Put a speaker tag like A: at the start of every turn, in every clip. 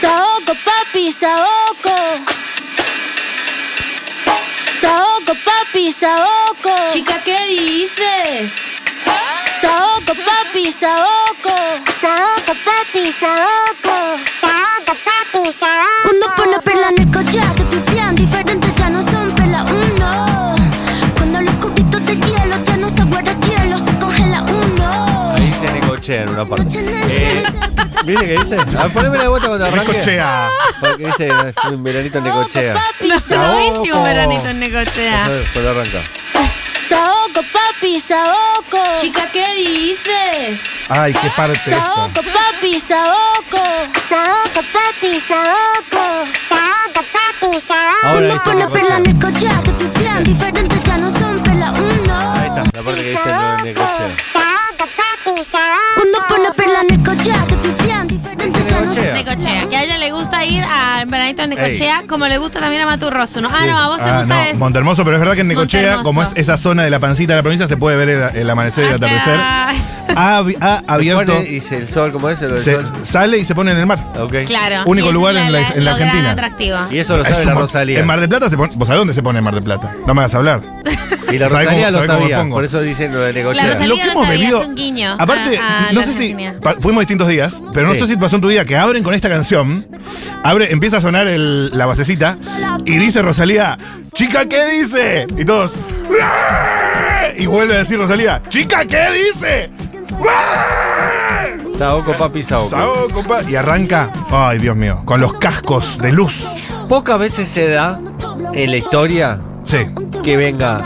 A: Saoco, papi, saoco. Saoco, papi, saoco.
B: Chica, ¿qué dices?
A: Saoco, papi, saoco.
C: Saoco, papi, saoco. Saoco, papi, saoco.
A: Cuando pone perla en el collar, te pipian diferente, ya no son perla uno. Cuando los cubitos de hielo ya no se guarda hielo, se congela uno.
D: Ahí dice Necochea en una parte. Eh, ¿Viste qué dice? A ver, poneme la bota cuando arranque.
E: Cochea.
B: Ah,
D: Porque dice eh, un veranito en Necochea.
A: Papi,
B: No,
A: saoco.
B: buenísimo
E: Oh.
B: un veranito en
D: A
B: Necochea.
D: ver, Cuando arranca.
A: Saoco, papi, saoco.
B: Chica, ¿qué dices?
E: Ay, qué parte esta.
A: Saoco, papi, saoco.
C: Saoco, papi, saoco. Saoco, papi, saoco.
D: Ahora
A: Cuando
D: dice
A: pone perla
D: Necochea.
A: en el collar, te pipian diferente, ya no son perla uno.
D: Ahí está, la parte que dice en Necochea.
C: Saoco, papi, saoco.
A: Cuando pone perla en el collar, te pipian diferente, ya no
D: Necochea.
A: son
B: Necochea, que a ella le gusta ir a veranito en Necochea, como le gusta también a Maturroso, ¿no? Ah, no, a vos te
E: Ah,
B: gusta
E: no,
B: es...
E: Montehermoso, pero es verdad que en Necochea,
B: Montehermoso.
E: como es esa zona de la pancita de la provincia, se puede ver el, el amanecer y el atardecer.
B: Ah,
E: Ha, abi- ha abierto,
D: Pone, dice el sol, ¿cómo es? El
E: se-
D: sol.
E: sale y se pone en el mar.
D: Ok.
B: Claro.
E: Único
B: Y es
E: lugar
B: la-
E: en la- en la
B: lo gran
E: Argentina.
B: atractivo.
D: Y eso lo
E: Es
D: sabe
E: un
D: la
E: mon-
D: Rosalía.
E: En Mar del Plata se pone. ¿Vos sabés dónde se pone en Mar del Plata? No me hagas hablar.
D: Y
E: ¿Sabés cómo-
D: la Rosalía lo
E: sabés cómo me
D: sabía.
E: pongo?
D: Por eso dicen lo de
B: La
D: Necochea.
B: Rosalía-
E: Lo que
B: lo
E: hemos
B: sabía,
E: bebido.
B: es un guiño
E: Aparte,
B: a- a
E: no
B: la
E: sé si.
B: Argentina.
E: pa- fuimos distintos días, pero no
D: Sí.
E: sé si te pasó en tu vida que abren con esta canción. Abre, empieza a sonar el- la basecita y dice Rosalía, chica, ¿qué dice? Y todos. "¡Ah!". Y vuelve a decir Rosalía, chica, ¿qué dice? "¡Ah!".
D: Saoco, papi, saoco.
E: Sao, compa- Y arranca, ay Dios mío, con los cascos de luz.
D: Pocas veces se da en la historia
E: Sí.
D: que venga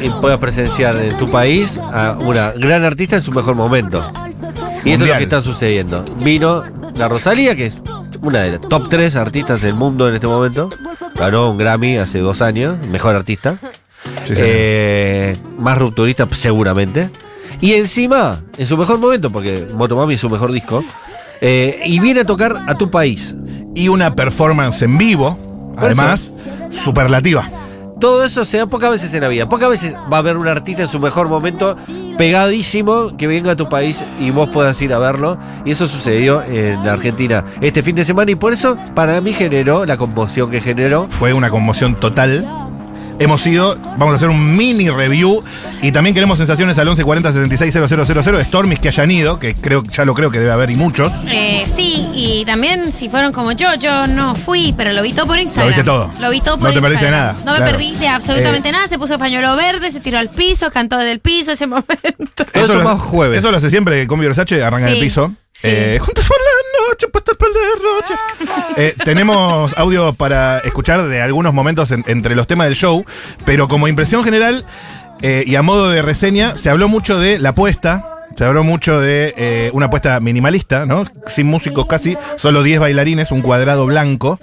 D: y puedas presenciar en tu país a una gran artista en su mejor momento. Y esto es lo
E: Mundial.
D: que está sucediendo. Vino la Rosalía, que es una de las top tres artistas del mundo en este momento. Ganó un Grammy hace dos años, mejor artista.
E: sí, sí.
D: Eh, más rupturista seguramente. Y encima, en su mejor momento, porque Motomami es su mejor disco, eh, y viene a tocar a tu país.
E: Y una performance en vivo, además, superlativa.
D: Todo eso se da pocas veces en la vida. Pocas veces va a haber un artista en su mejor momento pegadísimo que venga a tu país y vos puedas ir a verlo. Y eso sucedió en Argentina este fin de semana y por eso para mí generó la conmoción que generó.
E: Fue una conmoción total. Hemos ido, vamos a hacer un mini review y también queremos sensaciones al 1140 de Stormis que hayan ido, que creo ya lo creo que debe haber y muchos.
B: Eh, sí, y también si fueron como yo, yo no fui, pero lo vi todo por Instagram.
E: Lo viste todo.
B: Lo vi todo
E: No
B: por
E: te perdiste
B: Instagram.
E: nada,
B: No me
E: claro. Eh.
B: perdí de absolutamente nada. Se puso el pañuelo verde, se tiró al piso, cantó desde el piso ese momento.
D: Todo eso
E: lo-
D: más jueves.
E: Eso lo hace siempre con Versace, arranca en
B: Sí,
E: el piso.
B: sí.
E: Eh, juntos por la noche, puestas por el derroche. Eh, tenemos audio para escuchar de algunos momentos en- entre los temas del show, pero como impresión general eh, y a modo de reseña, se habló mucho de la apuesta. Se habló mucho de eh, una apuesta minimalista, ¿no? Sin músicos casi, solo 10 bailarines, un cuadrado blanco.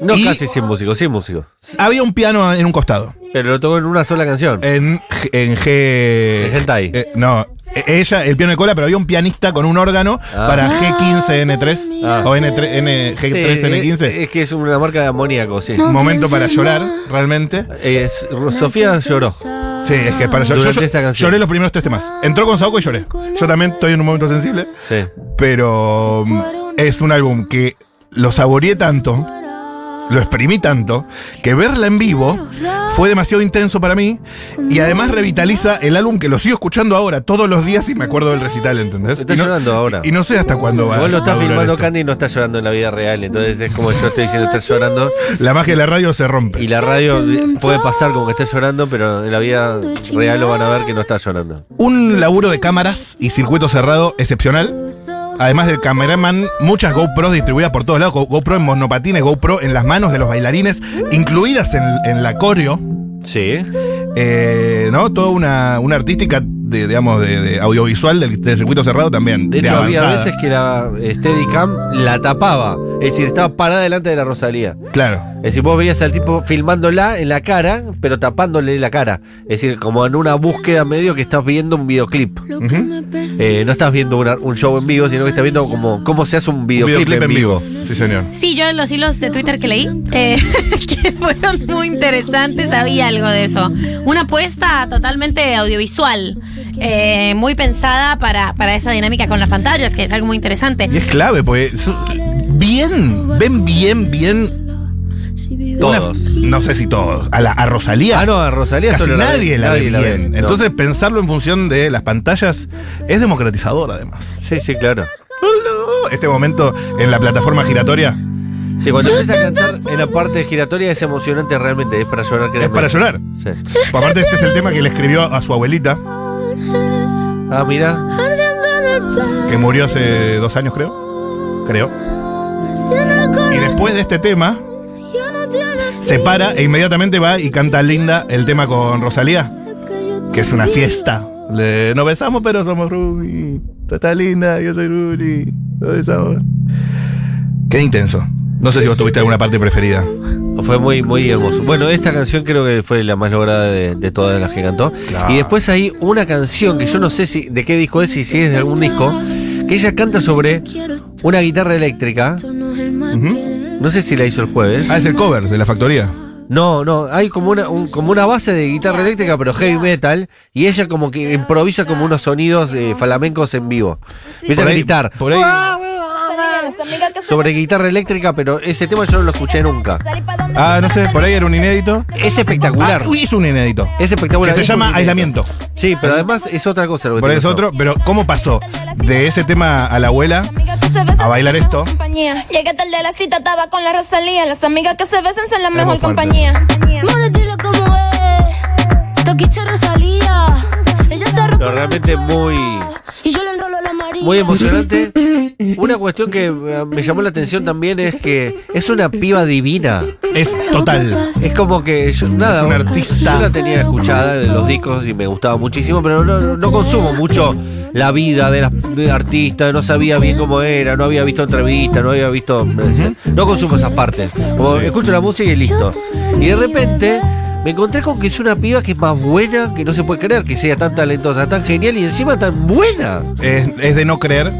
D: No
E: Y-
D: casi sin músicos, sin músicos.
E: Había un piano en un costado.
D: Pero lo tocó en una sola canción.
E: En, G- en G.
D: En hentai.
E: eh, no. e- Ella, el piano de cola, pero había un pianista con un órgano
D: Ah.
E: para G15N3
D: Ah.
E: o N3, N,
D: Sí, eh,
E: G3N15.
D: es, es que es una marca de amoníaco, sí.
E: Momento para llorar, realmente.
D: Es- Sofía lloró.
E: Sí, es que para llorar.
D: Durante
E: Yo,
D: esa canción.
E: lloré los primeros tres temas. Entró con Saoko y lloré. Yo también estoy en un momento sensible,
D: Sí.
E: pero mm, es un álbum que lo saboreé tanto, lo exprimí tanto, que verla en vivo fue demasiado intenso para mí y además revitaliza el álbum que lo sigo escuchando ahora todos los días y me acuerdo del recital, ¿entendés?
D: Está
E: Y no-
D: llorando ahora.
E: Y no sé hasta cuándo va.
D: Vos lo
E: a
D: estás
E: durar
D: filmando,
E: esto.
D: Candy, y no estás llorando en la vida real. Entonces es como yo estoy diciendo, estás llorando.
E: La magia de la radio se rompe.
D: Y la radio puede pasar como que estés llorando, pero en la vida real lo van a ver que no estás llorando.
E: Un laburo de cámaras y circuito cerrado excepcional. Además del cameraman, muchas GoPros distribuidas por todos lados. Go- GoPro en monopatines, GoPro en las manos de los bailarines, incluidas en, en la coreo.
D: Sí.
E: Eh, ¿No? Toda una, una artística, de, digamos, de, de audiovisual del, del circuito cerrado también.
D: De hecho, había
E: avanzada.
D: veces que la eh, Steadicam la tapaba. Es decir, estaba parada delante de la Rosalía.
E: Claro.
D: Es decir, vos veías al tipo filmándola en la cara, pero tapándole la cara. Es decir, como en una búsqueda medio que estás viendo un videoclip.
E: Ujú.
D: Eh, no estás viendo una- un show en vivo, sino que estás viendo como cómo se hace un videoclip,
E: Videoclip en vivo. Sí, señor.
B: Sí, yo en los hilos de Twitter que leí, eh, que fueron muy interesantes, había algo de eso. Una apuesta totalmente audiovisual, eh, muy pensada para, para esa dinámica con las pantallas, que es algo muy interesante.
E: Y pues, es clave, porque su- bien, ven bien, bien. una-
D: Todos.
E: no sé si todos. A, la, a Rosalía.
D: Ah, no, a Rosalía
E: Casi
D: solo
E: nadie la ve
D: nadie
E: bien.
D: no.
E: Entonces, pensarlo en función de las pantallas es democratizador, además.
D: Sí, sí, claro.
E: Este momento en la plataforma giratoria
D: Sí, cuando empieza a cantar en la parte giratoria es emocionante realmente, es para llorar.
E: es
D: créeme.
E: para llorar.
D: Sí.
E: Aparte, este es el tema que le escribió a su abuelita,
D: Ah, mira.
E: que murió hace dos años, creo. Creo. Y después de este tema, se para e inmediatamente va y canta Linda el tema con Rosalía, que es una fiesta. Le- nos besamos, pero somos Ruby. Tú estás linda, yo soy Ruby. Nos besamos. Qué intenso. No sé si vos tuviste alguna parte preferida.
D: Fue muy, muy hermoso. Bueno, esta canción creo que fue la más lograda de, de todas las que cantó.
E: Claro.
D: Y después hay una canción que yo no sé si de qué disco es y si es de algún disco, que ella canta sobre una guitarra eléctrica. No sé si la hizo el jueves.
E: Ah, es el cover de la factoría.
D: No, no, hay como una, un- como una base de guitarra eléctrica, pero heavy metal, y ella como que improvisa como unos sonidos eh, flamencos en vivo. Empieza
E: Por
D: a
E: ahí-
D: gritar
E: por ahí-
D: sobre guitarra eléctrica, pero ese tema yo no lo escuché nunca.
E: Ah, no sé, por ahí era un inédito.
D: Es espectacular.
E: Ah, uy, es un inédito.
D: Es espectacular.
E: Que se
D: Es
E: llama
D: un-
E: aislamiento.
D: Sí, pero además es otra cosa. lo que
E: Por
D: te
E: eso
D: pasó.
E: otro, pero ¿cómo pasó? De ese tema a la abuela, a bailar esto.
F: Llegué tarde a la cita, estaba con la Rosalía. Las amigas que se besan son la
E: Estamos
F: mejor
E: fuertes.
F: compañía.
A: More, dilo como es. Toquicha Rosalía. Ella está roca
D: No, realmente muy-
A: Y yo le enrolo a la María.
D: Muy emocionante. Una cuestión que eh, me llamó la atención también es que es una piba divina.
E: Es total.
D: Es como que yo, nada,
E: Es un artista.
D: yo la tenía escuchada de los discos y me gustaba muchísimo, pero no, no consumo mucho la vida de las de artistas, no sabía bien cómo era, no había visto entrevistas, no había visto... No consumo esas partes. Como escucho la música y listo. Y de repente me encontré con que es una piba que es más buena, que no se puede creer que sea tan talentosa, tan genial y encima tan buena.
E: Es, es de no creer.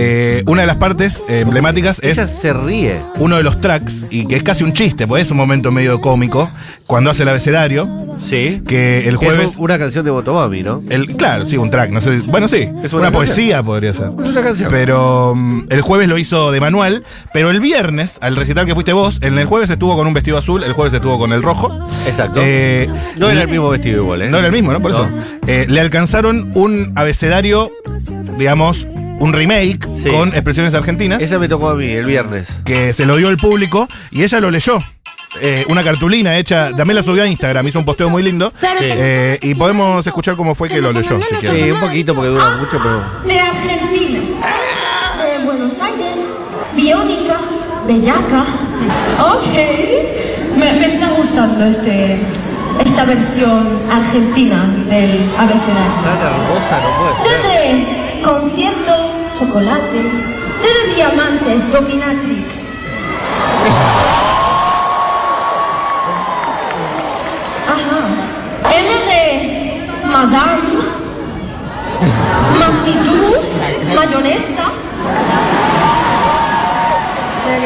E: Eh, una de las partes emblemáticas
D: Ella
E: es
D: se ríe.
E: uno de los tracks, y que es casi un chiste, porque es un momento medio cómico, cuando hace el abecedario,
D: Sí.
E: que el
D: Es
E: jueves...
D: un- una canción de Motomami, ¿no?
E: El, claro, sí, un track, no sé. Bueno, sí,
D: Es una
E: una,
D: canción.
E: poesía podría ser.
D: Es una canción.
E: Pero mm, el jueves lo hizo de manual, pero el viernes, al recital que fuiste vos, en el jueves estuvo con un vestido azul, el jueves estuvo con el rojo.
D: Exacto.
E: Eh,
D: no era el mismo vestido igual, ¿eh?
E: No era el mismo, ¿no? Por
D: No.
E: eso. Eh, le alcanzaron un abecedario, digamos, un remake
D: Sí.
E: con expresiones argentinas
D: Esa me tocó a mí el viernes.
E: que se lo dio el público y ella lo leyó. Eh, una cartulina hecha, también la subió a Instagram, hizo un posteo muy lindo.
D: Sí.
E: Eh, y podemos escuchar cómo fue que lo leyó, si quieren.
D: Sí, un poquito porque dura mucho, pero.
G: de Argentina, de Buenos Aires, biónica, bellaca. Ok, me, me está gustando este, esta versión argentina del abecedario.
D: Tan hermosa no puede ser.
G: Desde concierto, chocolates, desde diamantes, dominatrix. Ajá. M de Madame, magnitud, mayonesa.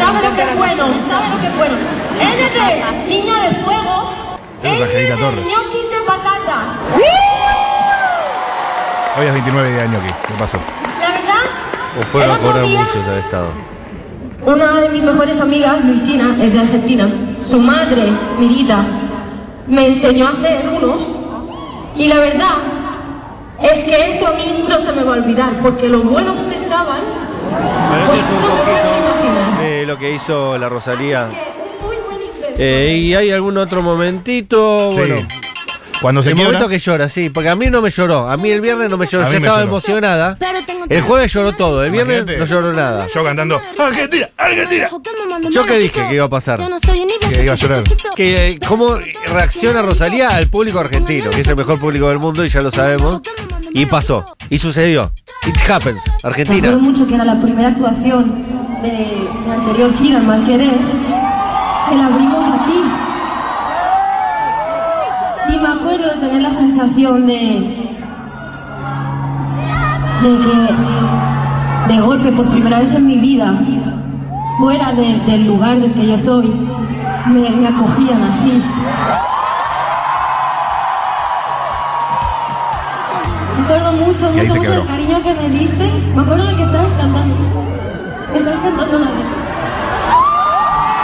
G: ¿Sabe lo que es bueno? ¿Sabe lo que es bueno? N de niño de fuego.
E: Es
G: N de
E: Angelina Torres.
G: ñoquis de patata.
E: Hoy es 29 de año aquí, ¿qué pasó?
G: La verdad,
D: O fueron a
G: el otro
D: cobrar
G: día,
D: mucho ese estado.
G: una de mis mejores amigas, Luisina, es de Argentina. Su madre, Mirita, me enseñó a hacer unos. Y la verdad es que eso a mí no se me va a olvidar, porque los buenos que estaban,
D: Bueno,
G: pues
D: eso este es
G: no
D: un
G: te puedes
D: poquito
G: imaginar.
D: de lo que hizo la Rosalía.
G: Que un muy buen invento.
D: Eh, ¿Y hay algún otro momentito?
E: Sí.
D: Bueno,
E: Cuando se
D: el
E: quiebra,
D: momento que llora, sí, porque a mí no me lloró. A mí el viernes no me lloró.
E: A
D: Yo
E: mí me
D: estaba
E: lloró.
D: emocionada.
A: Pero tengo
D: El jueves lloró todo, el viernes
E: Imagínate.
D: no lloró nada.
E: yo cantando Argentina, Argentina.
D: ¿Yo qué dije que iba a pasar?
A: Yo no soy ni
E: Que iba a llorar.
D: Que, eh, ¿Cómo reacciona Rosalía al público argentino? Que es el mejor público del mundo y ya lo sabemos. Y pasó. Y sucedió. It happens.
G: Me acuerdo
D: Argentina.
G: mucho que era la primera actuación de mi anterior gira en Malqueré, que la abrimos aquí. Y me acuerdo de tener la sensación de. de que. de golpe, por primera vez en mi vida, fuera de- del lugar del que yo soy, me, me acogían así. Me acuerdo mucho,
E: Y ahí
G: mucho,
E: se
G: mucho
E: quebró.
G: del cariño que me disteis. Me acuerdo de que estabas cantando. Estabas cantando la letra.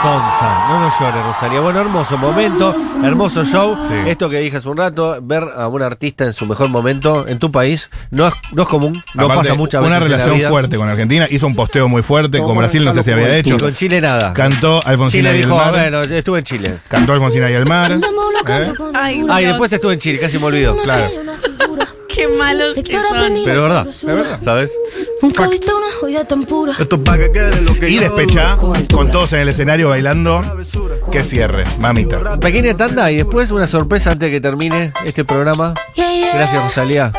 D: Sonsa. No nos llores, Rosalía. Bueno, hermoso momento, hermoso show.
E: Sí.
D: Esto que dije hace un rato, ver a un artista en su mejor momento en tu país no es, no es común, no
E: Aparte,
D: pasa muchas veces.
E: Una
D: en la
E: relación
D: vida.
E: fuerte con Argentina. Hizo un posteo muy fuerte. Con
H: Toma,
E: Brasil no sé si
H: Carlos
E: había
H: Juventud.
E: hecho.
D: Con Chile nada.
E: Cantó Alfonsina
D: Chile
E: y el
D: dijo,
E: mar.
D: bueno, estuve en Chile.
E: Cantó Alfonsina y el mar. ¿eh?
B: Ay,
D: Ah, y
B: Dios.
D: después estuve en Chile, casi me olvidó.
E: Claro.
B: Qué malos que son.
D: Pero verdad.
E: verdad.
D: ¿Sabes?
A: Nunca he visto una joya tan pura.
H: Esto para que quede lo que
E: Y
H: yo
E: despechá,
H: duro, con
E: con
H: altura.
E: todos en el escenario bailando. Que cierre, mamita.
D: Pequeña tanda y después una sorpresa antes de que termine este programa.
A: Yeah, yeah,
D: Gracias, Rosalía.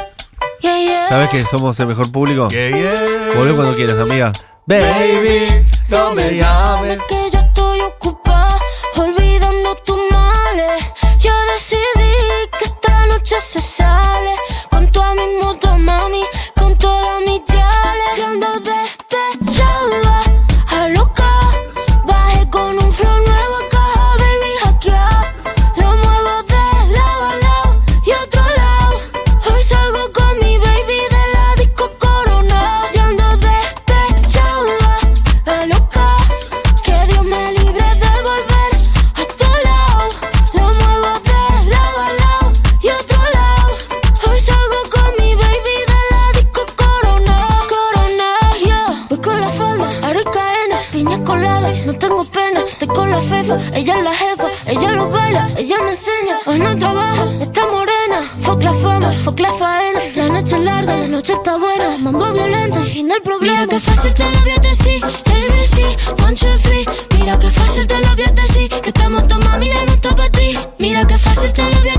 A: yeah, yeah.
D: ¿Sabes que somos el mejor público?
E: Que bien.
D: Volvé cuando quieras, amiga. Baby, no me llames.
A: que yo estoy ocupada olvidando tus males. Yo decidí que esta noche se sale con toda mi moto, mami, con todas mis chales. Yo ando despechada, a loca. Bajé con un flow nuevo, caja, baby, hackeado. Lo muevo de lado a lado y otro lado. Hoy salgo con mi baby de la disco corona. Yo ando despechada, a loca. Que Dios me libre de volver a tu lado. Lo muevo de lado a lado y otro lado. Hoy salgo con mi baby de la disco corona. Corona, yeah. Voy con la falda, ahora caena, piña colada. No tengo pena, estoy con la fefa. Ella es la jefa, ella lo baila, ella me enseña. Hoy no trabaja, está morena. Fuck la fama, fuck la faena. La noche es larga, la noche está buena. Mambo violento, el fin del problema. Mira que fácil te lo voy a decir. ABC, one, two, three. Mira que fácil te lo voy a decir. Que estamos tomando mami de gusto para ti. Mira que fácil te lo voy a este Mm. Mm,